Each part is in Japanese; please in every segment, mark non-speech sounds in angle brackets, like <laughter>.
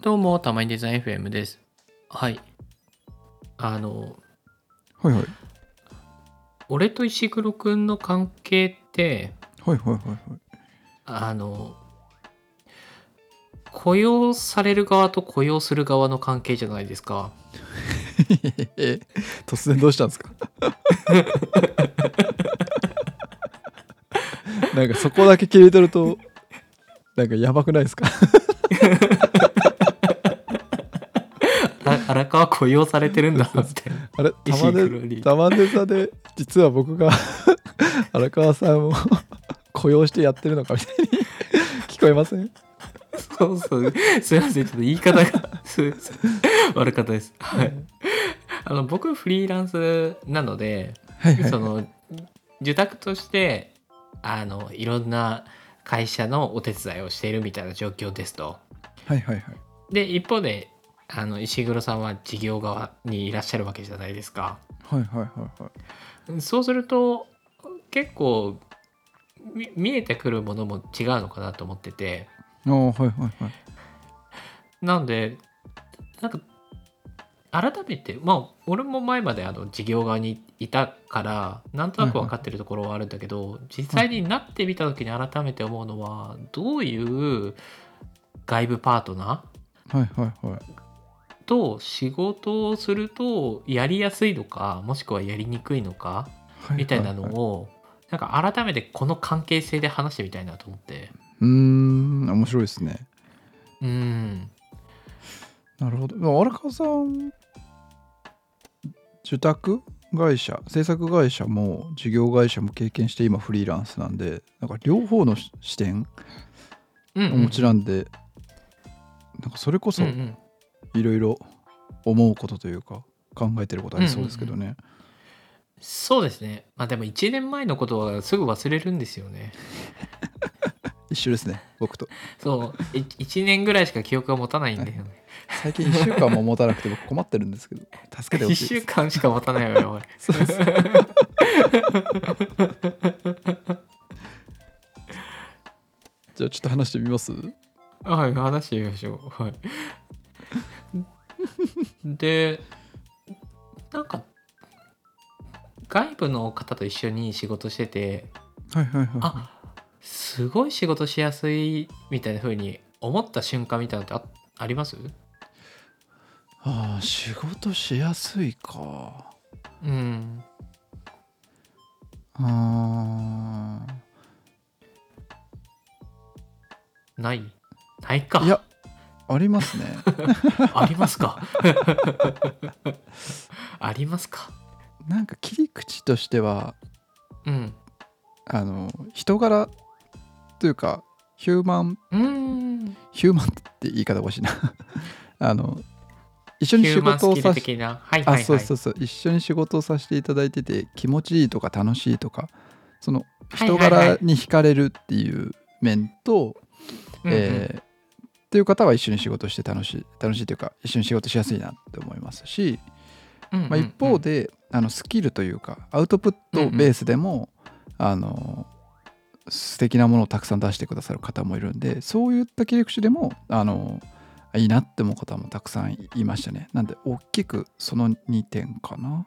どうも、たまにデザイン FM です。はい。あの、はいはい。俺と石黒くんの関係って、はいはいはいはい。あの、雇用される側と雇用する側の関係じゃないですか。え突然どうしたんですか <laughs> なんかそこだけ切れてるとなんかやばくないですか <laughs> あ荒川雇用されてるんだなって。あれ玉石黒にで玉でさで実は僕が <laughs> 荒川さんを <laughs> 雇用してやってるのかみたいに <laughs> 聞こえませんそうそう。すいません。ちょっと言い方がすす悪かったです。はい。あの、僕、フリーランスなので、はい <laughs> その受託としてあのいろんな会社のお手伝いをしているみたいな状況ですと。はいはいはいで一方であの石黒さんは事業側にいらっしゃるわけじゃないですか。はいはいはいはいそうすると結構み見えてくるものも違うのかなと思っててああはいはいはいなのでなんか改めてまあ俺も前まであの事業側にいたからなんとなく分かってるところはあるんだけど、実際になってみた時に改めて思うのはどういう外部パートナはいはいはいーと仕事をするとやりやすいのかもしくはやりにくいのかみたいなのははをなんか改めてこの関係性で話してみたいなと思ってうーん面白いですねうんなるほど。でも荒川さん、受託会社、制作会社も事業会社も経験して、今フリーランスなんで、なんか両方のし視点うんお持ちなんで、なんかそれこそうんうんいろいろ思うことというか、考えてることありそうですけどね。そうですねまあでも1年前のことはすぐ忘れるんですよね一緒ですね、僕と。そうい1年 <laughs> ぐらいしか記憶が持たないんだよね最近1週間も持たなくて僕困ってるんですけ <laughs> ど、助け1てほしい週です。間しか持たないわよおい <laughs> そうです <laughs> じゃあちょっと話してみますはい話してみましょうはいでなんか外部の方と一緒に仕事しててはいはいはい。あすごい仕事しやすいみたいな風に思った瞬間みたいなのってあありますああ仕事しやすいかうんあないないかいやありますね <laughs> ありますか <laughs> ありますかなんか切り口としてはうんあの人柄というかヒューマンうーんヒューマンって言い方おかしいな <laughs> あの一緒にヒュ仕ーマン事スをキルさせ的なはいはいあはいそうそうそう一緒に仕事をさせていただいてて気持ちいいとか楽しいとかその人はいはいは柄いに惹かれるっていう面とうんうんえーっていう方は一緒に仕事して楽しい楽しいというか一緒に仕事しやすいなって思いますし、うんうんうんまあ、一方で、あのスキルというかアウトプットベースでも、あの素敵なものをたくさん出してくださる方もいるんでそういった切り口でもあのいいなって思う方もたくさんいましたねなんで大きくその2点かな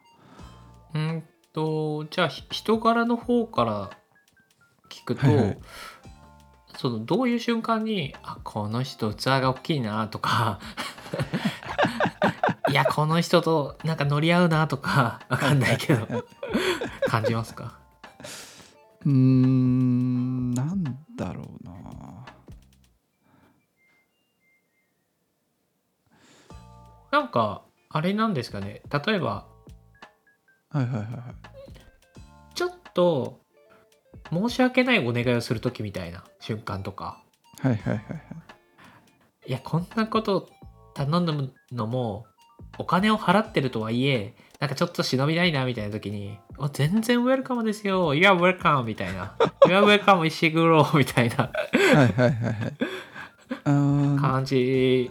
うんとじゃあひ人柄の方から聞くと、はいはいそのどういう瞬間に「あこの人器が大きいな」と <laughs> か「いやこの人となんか乗り合うな」とかわかんないけどはいはいう感じますかーんなんだろうななんかあれなんですかね例えばはいはいはいはいちょっと申し訳ないお願いをする時みたいな瞬間とかはいはいはいはいいやこんなこと頼むのもお金を払ってるとはいえなんかちょっと忍びないなみたいな時に「お全然ウェルカムですよ You are welcome」みたいな「You are welcome 石黒」みたいなはいはいはいはい。あ <laughs> ー感じ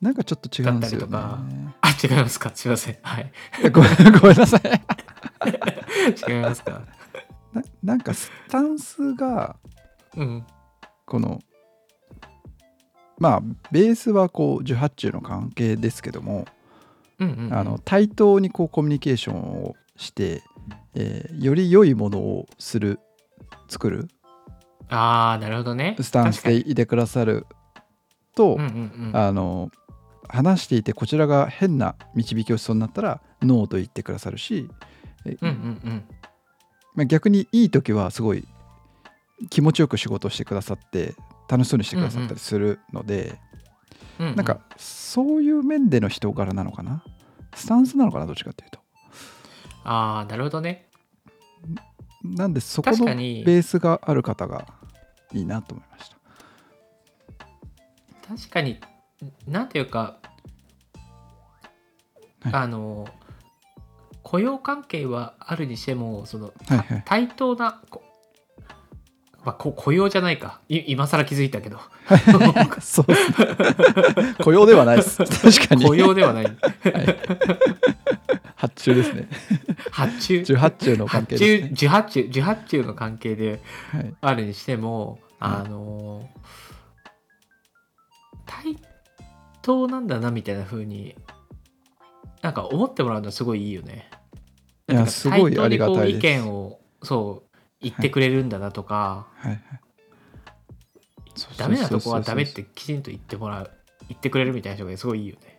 なんかちょっと違うんですよね。だったあ違いますかすいませんはいごめん <laughs> ごめんなさい違いますかな。なんかスタンスがうんこのまあベースはこう18中の関係ですけども、うんうんうんあの対等にこうコミュニケーションをして、えーより良いものをする作るあーなるほどねスタンスでいてくださると、確かにうんうんうんあの話していてこちらが変な導きをしそうになったらノーと言ってくださるし、えうんうんまあ、逆にいい時はすごい気持ちよく仕事をしてくださって楽しそうにしてくださったりするので、うんうんうなんかそういう面での人柄なのかなスタンスなのかなどっちかっていうと。ああなるほどねなんでそこ確のかベにースがある方がいいなと思いました。確かになんていうか、はいあの雇用関係はあるにしてもその、はいはい対等なこまあ、こ雇用じゃないかい今更気づいたけどそうですね <laughs> 雇用ではないです。確かに。 <laughs> 雇用ではない発注ですね。発 <laughs> 注18中の関係発注です、ね。受発注受発注の関係ではい、あるにしても、うんあの対等なんだなみたいな風になんか思ってもらうのはすごいいいよね。いやなんかすごいありがたいです対等にこう意見をそう言ってくれるんだなとか、はいはい。ダメなとこはダメっそうそうそうてきちんと言ってもらう言ってくれるみたいな人がすごいいいよね。そ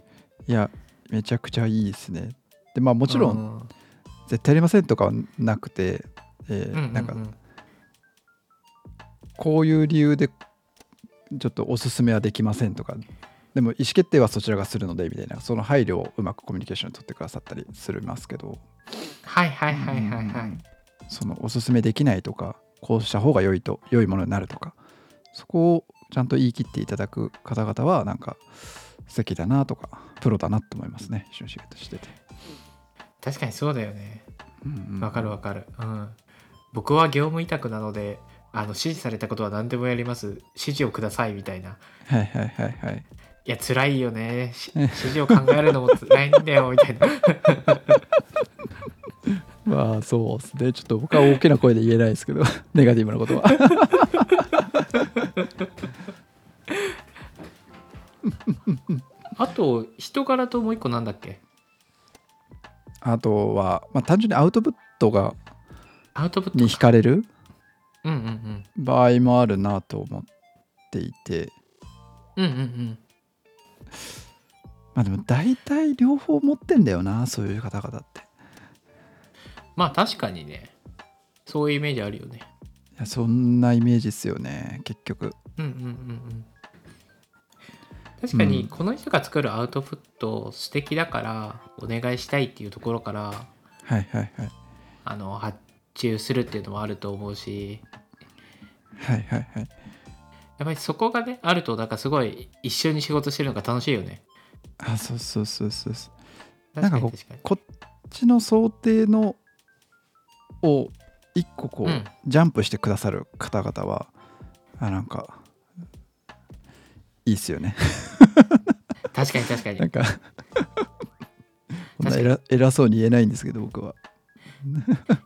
う。いや、めちゃくちゃいいですね。で、まあもちろん、ん、絶対やりませんとかはなくて、えうんーうんうんなんかこういう理由でちょっとおすすめはできませんとかでも意思決定はそちらがするのでみたいなその配慮をうまくコミュニケーションに取ってくださったりするますけどはいはいはいはいはうんい。そのおすすめできないとかこうした方が良いと良いものになるとかそこをちゃんと言い切っていただく方々はなんか素敵だなとかプロだなと思いますね一緒に仕事してて。確かにそうだよね。うんうんわかるわかる。うん。僕は業務委託なので、あの指示されたことは何でもやります。指示をくださいみたいな。はいはいはいはい。いや、辛いよね。 <laughs> し指示を考えるのも辛いんだよみたいな。まあそうですねちょっと僕は大きな声で言えないですけど <laughs> ネガティブなことは <laughs> あと、人柄ともう一個なんだっけ <laughs> あとは、まあ、単純にアウトプットがアウトプッにト惹か。かれるうんうん場合もあるなと思っていてうん。うんうんうん。まあでも大体両方持ってんだよなそういう方々っていまあ確かにね。そういうイメージあるよね。やそんなイメージですよね結局うんうんうんうん。確かうんにこの人が作るアウトプット素敵だからお願いしたいっていうところからはいはいはいあの発注するっていうのもあると思うしはいはいはいやっぱりそこがねあるとなんかすごい一緒に仕事してるのが楽しいよねあそうそうそうそうそうこなん確かかこに確うかにっちの想定のを一個こう、うんジャンプしてくださる方々はあなんかいいっすよね確かに確かになん <laughs> かこんな確かに偉偉そうに言えないんですけど僕は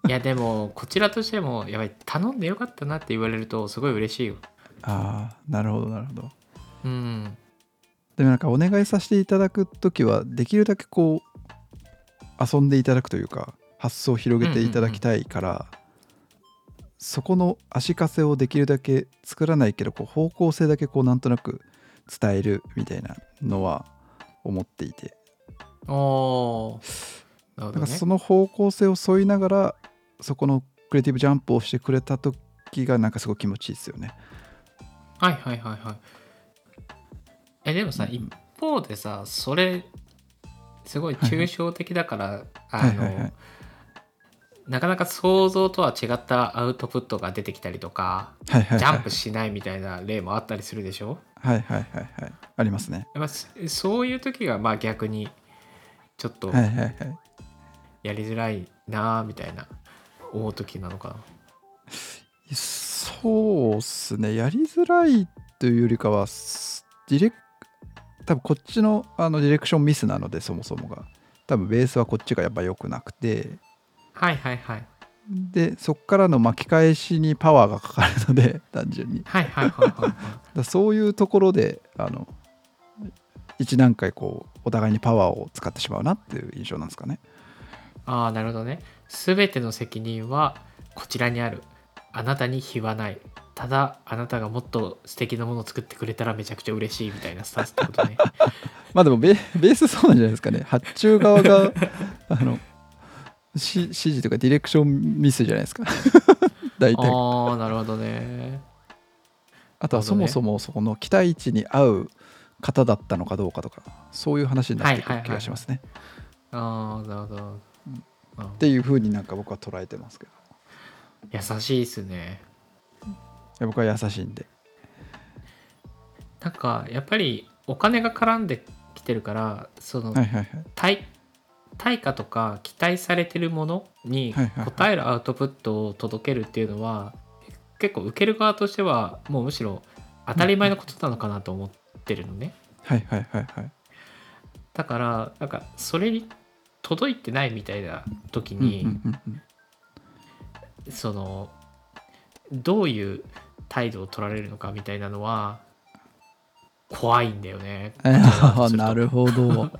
いやでもこちらとしてもやばい頼んでよかったなって言われるとすごい嬉しいよああなるほどなるほどうんでもなんかお願いさせていただく時はできるだけこう遊んでいただくというか発想を広げていただきたいから、そこの足かせをできるだけ作らないけどこう方向性だけこうなんとなく伝えるみたいなのは思っていておーなるだかほどねらその方向性を沿いながらそこのクリエイティブジャンプをしてくれた時がなんかすごい気持ちいいですよね。はいはいはいはいえでもさ、一方でさそれすごい抽象的だから、はいあの、はいはいなかなか想像とは違ったアウトプットが出てきたりとかはい <laughs> はいジはいャンプしないみたいな例もあったりするでしょ、はいはいはいはいありますね。まあ、そそういう時がまあ逆にちょっとはいはいはい。やりづらいなあみたいな思う時なのかな。そうっすねやりづらいというよりかはすディレク多分こっちのあのディレクションミスなのでそもそもが多分ベースはこっちがやっぱ良くなくてはいはいはい。でそこからの巻き返しにパワーがかかるので <laughs> 単純にだかはいはいはいはい <laughs> はい。らそういうところであの一段階こうお互いにパワーを使ってしまうなっていう印象なんですかね。ああ、なるほどね。すべての責任はこちらにある。あなたに非はない。ただ、あなたがもっと素敵なものを作ってくれたらめちゃくちゃ嬉しいみたいなスタンスって <laughs> ことね。まあでもベベースそうなんじゃないですかね発注 <laughs> 側があのし指示というかディレクションミスじゃないで <laughs> すか大体ああ、なるほどね。あとはそもそもそこの期待値に合う方だったのかどうかとかそういう話になってくはいはいるはい気がしますね、ああ、なるほど。あっていうふうになんか僕は捉えてますけどい優しいですね。や僕は優しいんでなんかやっぱりお金が絡んできてるからそのはいはいはい対対価とか期待されてるものにはいはいはい応えるアウトプットを届けるっていうのは結構受ける側としてはもうむしろ当たり前のことなのかなと思ってるのねはいはいはいはいだからなんかそれに届いてないみたいな時うんうにん <laughs> うんそのどういう態度を取られるのかみたいなのは怖いんだよね。うんあーなる <laughs> ほどあ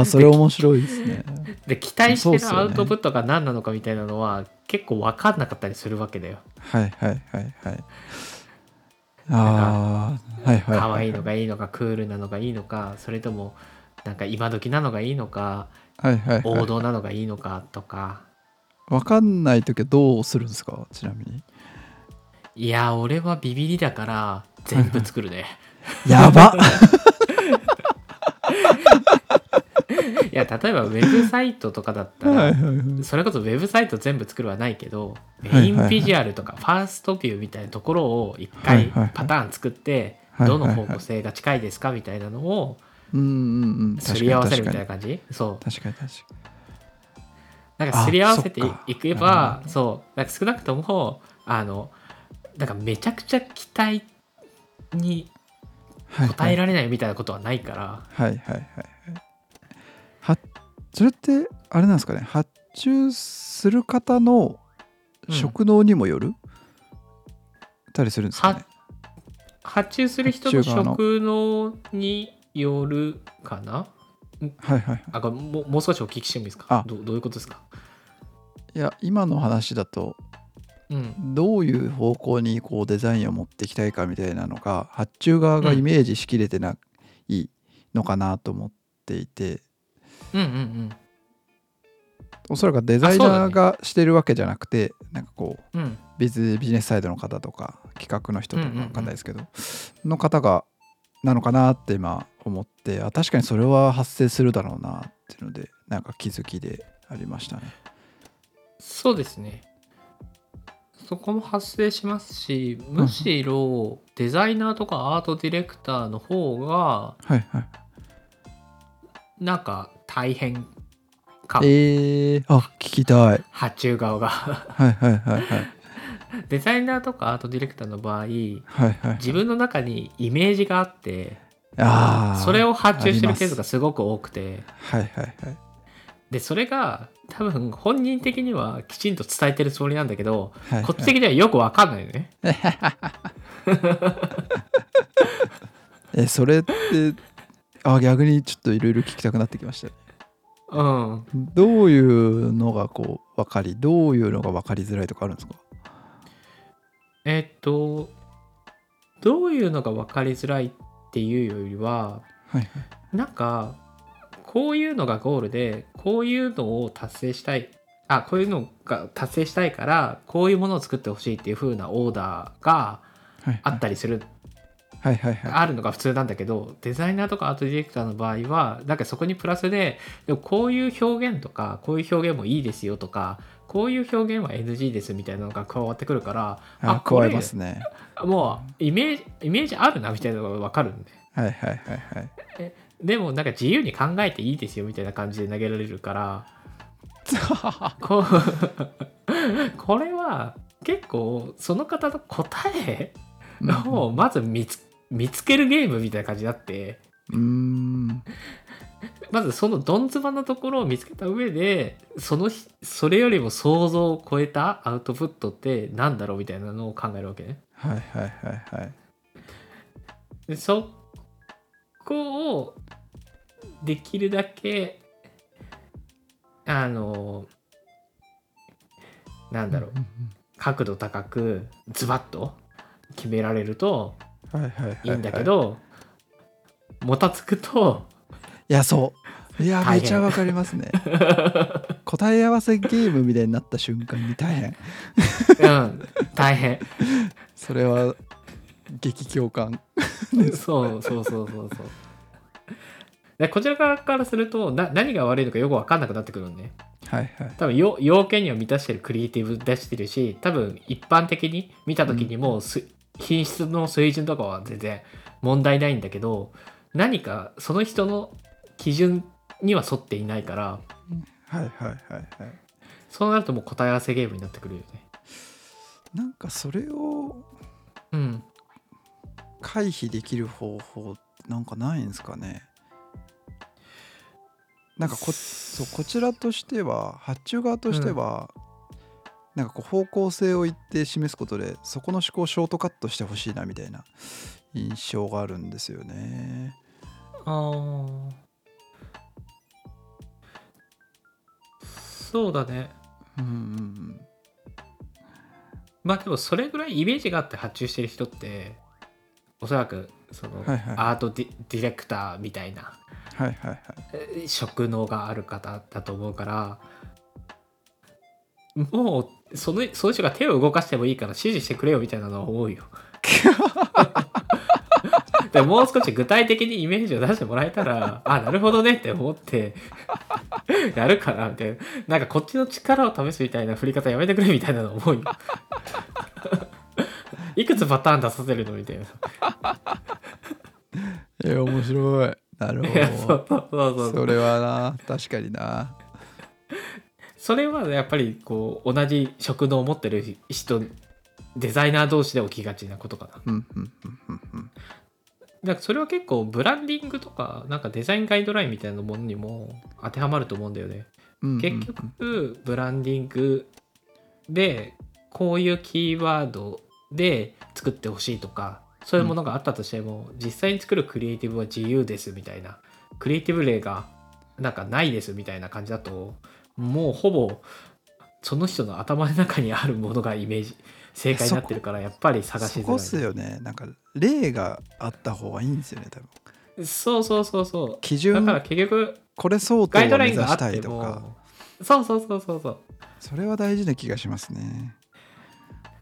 ーそれ面白いですねで期待してそうっるすよねアウトプットが何なのかみたいなのは結構分かんなかったりするわけだよ。はいはいはいはいああはいはいは可愛いのはがいいのかクールなのがいいのかそれともなんか今時なのがいいのかはいはいはい王道なのがいいのかとかわかんない時はどうするんですかちなみにいや俺はビビりだから全部作る <laughs> ね。や <laughs> ばいや例えばウェブサイトとかだったはいはいらはいそれこそウェブサイト全部作るはないけどいはいはメいインビジュアルとかファーストビューみたいなところを一はい回はいはいパターン作ってはいはいどはのい方向性が近いですかみたいなのをうんうんうんす確かりに合わせる確みたかいなに感じそう確かに確かになんかすり合わせてあそっかいけなばそうなんか少なくともあのなんかめちゃくちゃ期待にはい応えられないみたいなことはないから、はいはいはいはいはそれってあれなんですかね発注する方のうん職能にもよる、たりするんですかねは発注する人の発注側の職能によるかなはいはいはいあこれももう少しお聞きしてもいいですかあどうどういうことですかいや今の話だとうんどういう方向にこうデザインを持っていきたいかみたいなのが発注側がイメージしきれてないのかなと思っていて、うんうんうんおそらくデザイナあそうだーねがしてるわけじゃなくて、なんかこううんビズビジネスサイドの方とか企画の人とかうんうんうんわかんないですけど、の方がなのかなって今思ってあ確かにそれは発生するだろうなっていうのでなんか気づきでありましたね。そうですねそこも発生しますしむしろデザイナーとかアートディレクターの方がはいはい。なんか大変かもえー、あ聞きたい。発注側が <laughs> はいはいはいはい。デザイナーとかアートディレクターの場合はいはい、自分の中にイメージがあってあーそれを発注してありるますケースがすごく多くてはいはいはい。でそれが多分本人的にはきちんと伝えてるつもりなんだけどはいはいこっち的にはよくわかんないよね。えそれってあ逆にちょっといろいろ聞きたくなってきましたねうん、どういうのがこう分かりどういうのが分かりづらいとかあるんですかえっとどういうのが分かりづらいっていうよりははいはいなんかこういうのがゴールでこういうのを達成したいあこういうのが達成したいからこういうものを作ってほしいっていう風なオーダーがはいあったりする、はいはいはいあるのが普通なんだけどデザイナーとかアートディレクターの場合はなんかそこにプラスででもこういう表現とかこういう表現もいいですよとかこういう表現は NG ですみたいなのが加わってくるからああこ加れえますねもうイメージイメージあるなみたいなのが分かるんではいはいはいはいでもなんか自由に考えていいですよみたいな感じで投げられるから <laughs> こう <laughs> これは結構その方の答えをまず見つ見つけるゲームみたいな感じになってうんうんまずそのどんずばなところを見つけた上でその日それよりも想像を超えたアウトプットってなんだろうみたいなのを考えるわけね。はいはいはいはい。でそこをできるだけあのなんだろううん角度高くズバッと決められるとうんうん。はいはいはい、はい。いいんだけ。ど、もたつくと <laughs> いやそう。いや大変めちゃわかります <laughs> ね。答え合わせゲームみたいになった瞬間に大変。うん大変それは激共感。そうそうそうそうそうでこちら側からするとな何が悪いのかよく分かんなくなってくるのねはいはい。多分要要件には満たしてるクリエイティブ出してるし多分一般的に見た時にもうす、品質の水準とかは全然問題ないんだけど何かその人の基準には沿っていないからはいはいはいはい。そうなるともう答え合わせゲームになってくるよねなんかそれをうん回避できる方法なんかないんですかねなんかこそうこちらとしては発注側としては、なんかこう方向性を言って示すことでそこの思考をショートカットしてほしいなみたいな印象があるんですよね。ああそうだねうんうんまあでもそれぐらいイメージがあって発注してる人っておそらくそのはいはいアートディディレクターみたいなうん、はいはいはい。えー職能がある方だと思うからもうそのその人が手を動かしてもいいから指示してくれよみたいなのは思うよ。でもう少し具体的にイメージを出してもらえたらあなるほどねって思ってやるからみたいななんかこっちの力を試すみたいな振り方やめてくれみたいなの思うよ。いくつパターン出させるのみたいな。えー、面白い。なるいや <laughs> そ <laughs> ほうそうそうそうど。それはな確かにな。それはやっぱりこう同じ職能を持ってる人デザイナー同士で起きがちなことかな。うんうんうんうんうん。だからそれは結構ブランディングとかなんかデザインガイドラインみたいなものにも当てはまると思うんだよね。うんうんうん結局ブランディングでこういうキーワードで作ってほしいとかそういうものがあったとしても、実際に作るクリエイティブは自由ですみたいなクリエイティブ例がなんかないですみたいな感じだともうほぼその人の頭の中にあるものがイメージ正解になってるからやっぱり探しそこっづすらいよねなんか例があった方がいいんですよね多分そうそうそうそう基だから準結局これ相当をガイドラ目イン指があしったていとかもそうそうそうそうそうそれは大事な気がしますね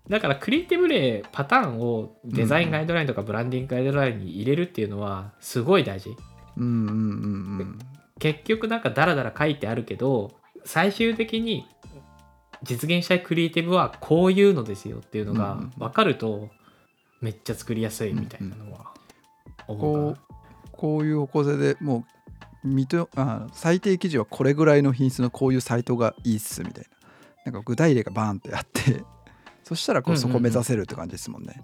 だからクリエイティブ例パターンをデザインガイドラインとかブランディングガイドラインに入れるっていうのはすごい大事うんうんうんうん結局なんかダラダラ書いてあるけど最終的に実現したいクリエイティブはこういうのですよっていうのうがんうん分かるとめっちゃ作りやすいみたいなのは思うかな、こうこういう方向性でもうみとあ最低基準はこれぐらいの品質のこういうサイトがいいっすみたいななんか具体例がバーンってあって <laughs> そしたらこうんううんうんそこ目指せるって感じですもんね、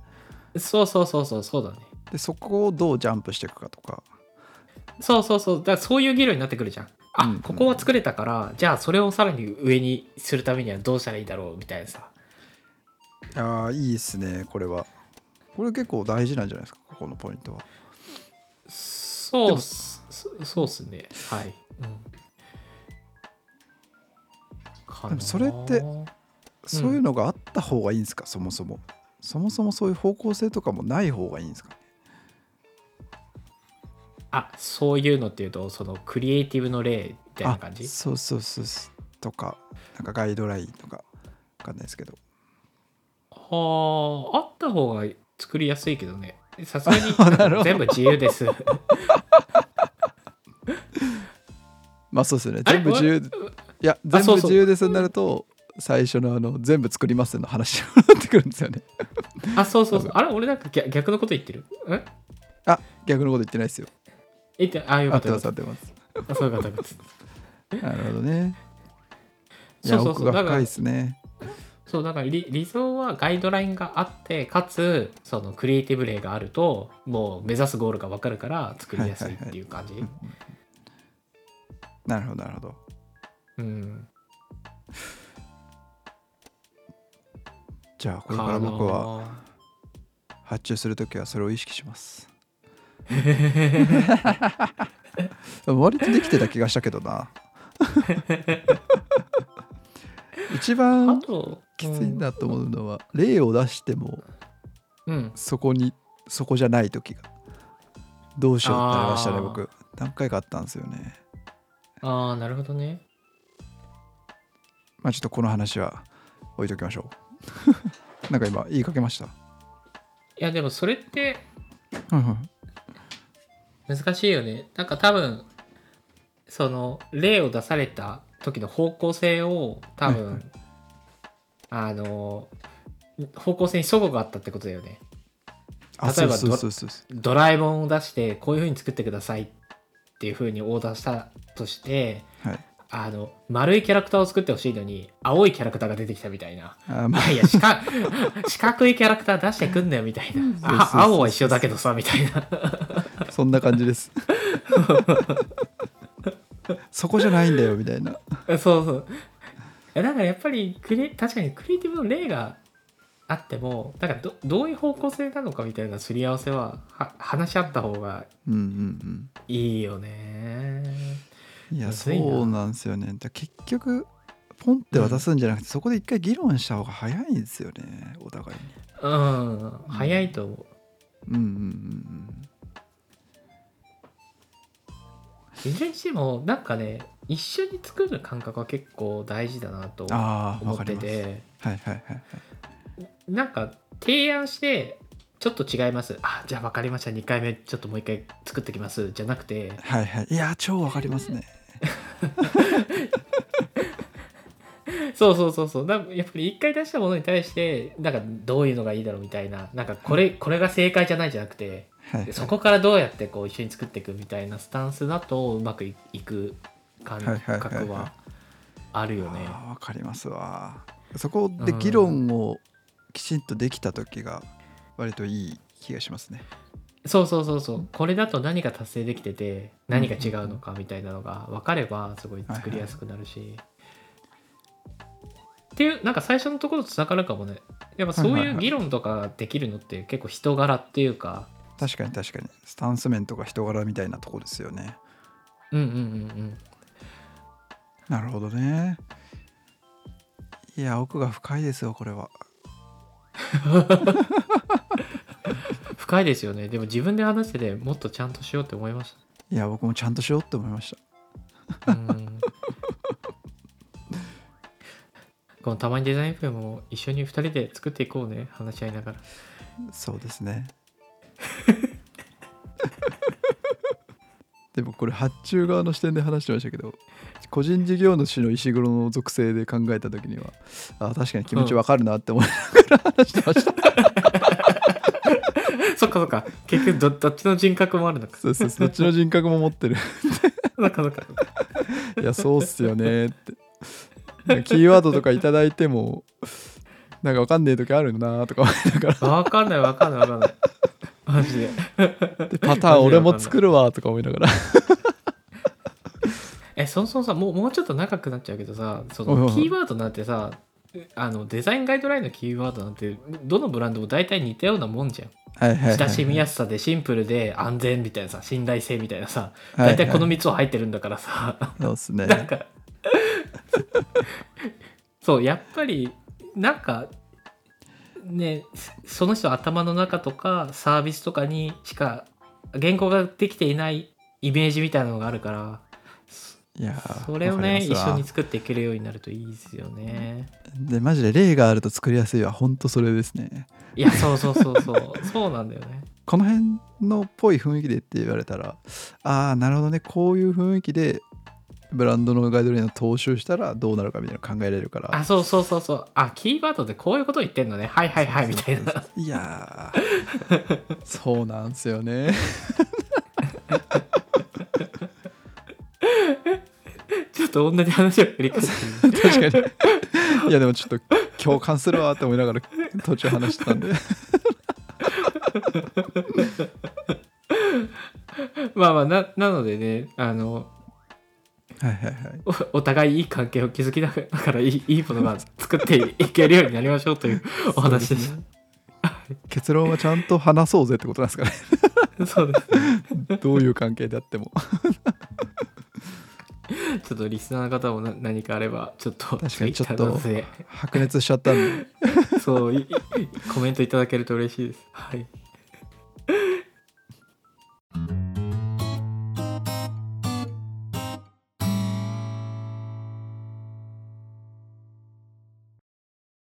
そうそうそうそうそうだねでそこをどうジャンプしていくかとかそうそうそうだからそういう議論になってくるじゃんあ、うんうんここは作れたからじゃあそれをさらに上にするためにはどうしたらいいだろうみたいなさああいいっすねこれはこれ結構大事なんじゃないですかここのポイントはそでうもっすそそうっすねはい、かなでもそれってそういうのがあった方がいいんですか、そもそも。そもそもそういう方向性とかもない方がいいんですかあそういうのっていうとそのクリエイティブの例みたいな感じあそうそうそうそう。とか、なんかガイドラインとか、わかんないですけど。はああった方が作りやすいけどねさすが <laughs> なるほにど全部自由 <laughs> ですまあそうですよね。あれ全部自由、いや、あ全部そうそう自由ですになると、最初のあの、全部作りますの話になってくるんですよね。 <laughs> あそうそうそうあれ俺なんか逆逆のこと言ってるえあ逆のこと言ってないですよ。言ってあよ合かっってたまよすか合っってまたあす。そうよかったよかったなるほどね。いや、そうそうそう奥がだから深いですね。そうだから理理想はガイドラインがあってかつそのクリエイティブ例があるともう目指すゴールが分かるから作りやすいっていう感じ、うんなるほどなるほどうん、じゃあこれから僕はかな発注するときはそれを意識しますあ割とできてた気がしたけ <laughs> どな <laughs> 一あ番ときついなと思うのは例を出してもうん、うんそこにそこじゃない時がどうしようってなりましたねあー僕何回かあったんですよねああなるほどねまあちょっとこの話は置いときましょう <laughs> なんか今言いかけましたいやでもそれってうんうん難しいよねなんか多分その例を出された時の方向性を多はいはい分あの方向性に齟齬があったってことだよねあ例えばそうそうそうそうドラえもんを出してこういう風に作ってくださいっていう風にオーダーしたとしてはいあの丸いキャラクターを作ってほしいのに青いキャラクターが出てきたみたいな <laughs> あーいまあやいや四角 <laughs> 四角いキャラクター出してくんなよみたいなそうそうあ青は一緒だけどさみたいなそんな感じです <laughs> そこじゃないんだよみたいな <laughs> そうそういやだからやっぱりクリエ確かにクリエイティブの例があってもなんかどどういう方向性なのかみたいなすり合わせはは話し合った方がうんうんいいよねうんいやむそずいなうなんですよねだから結局ポンって渡すんじゃなくて、そこで一回議論した方が早いんですよねお互いにうん早いと思ううんうんうんいずれにしてもなんかね一緒に作る感覚は結構大事だなとうんああ思わっかりてますてはいはいはいはいなんか提案してちょっと違いますあじゃあ分かりました2回目ちょっともう一回作ってきますじゃなく <laughs> てはいはいいや超わかりますねそうそうそうそうなんかやっぱり1回出したものに対してなんかどういうのがいいだろうみたいななんかこれこれが正解じゃないじゃなくてはいはいそこからどうやってこう一緒に作っていくみたいなスタンスだとうまくいいく感はいはいはいはい覚はあるよね。あーわかりますわそこでうん議論をきちんとできた時が割といい気がしますねそうそうそうそうこれだと何が達成できてて何が違うのかみたいなのが分かればすごい作りやすくなるし。っていうなんか最初のところとつながるかもねやっぱそうはいはいいはうい議論とかできるのって結構人柄っていうか確かに確かにスタンス面とか人柄みたいなとこですよねうんうんうんうんなるほどねいや奥が深いですよこれは深いですよねでも自分で話しててもっとちゃんとしようって思いましいや僕もちゃんとしようって思いましたたうん <laughs> このたまにデザインフェも一緒に2人で作っていこうね話し合いながらそうです <laughs> ねでもこれ発注側の視点で話してましたけど個人事業主の石黒の属性で考えた時にはあ確かに気持ちわかるなって思いながら話してました、そっかそっか結局どどっちの人格もあるのかそうそうそっちの人格も持ってるそっかそっかいやそうっすよねってキーワードとかいただいてもなんかわかんねえ時あるなとか <laughs> 思いながわかんないわかんないわかんないマジでらでパターン俺も作るわとか思いながらえそもそもさもうもうちょっと長くなっちゃうけどさそおいおいのおいキーワードなんてさあのデザインガイドラインのキーワードなんてどのブランドも大体似たようなもんじゃんはいはいはい親しみやすさでシンプルで安全みたいなさ信頼性みたいなさはいは大い体この3つは入ってるんだからさ <laughs> そうっすねなんかそうやっぱりなんかねその人の頭の中とかサービスとかにしか言語ができていないイメージみたいなのがあるからいやーそれをわかねりま一すわ緒に作っていけるようになるといいですよね。でマジで例があると作りやすいは本当それですねいやそうそうそうそう <laughs> そうなんだよね。この辺のっぽい雰囲気でって言われたらああなるほどねこういう雰囲気でブランドのガイドラインを踏襲したらどうなるかみたいなの考えられるからあそうそうそうそうあキーワードでこういうこと言ってんのねはいはいはいみたいな。いやー <laughs> そうなんすよね <laughs> ちょっと同じ話を繰り返して <laughs> る確かにいやでもちょっと共感するわって思いながら途中話してたんでまあまあななのでねあのはいはいはいおお互いいい関係を築きながらいいいいものが作っていけるようになりましょうと <laughs> いうお話でした。結論はちゃんと話そうぜってことなんですかねそうですねどういう関係であってもちょっとリスナーの方もな何かあればちょっと確か <laughs> にちょっと Twitter など白熱しちゃったんででそういいコメントいただけると嬉しいです。はい、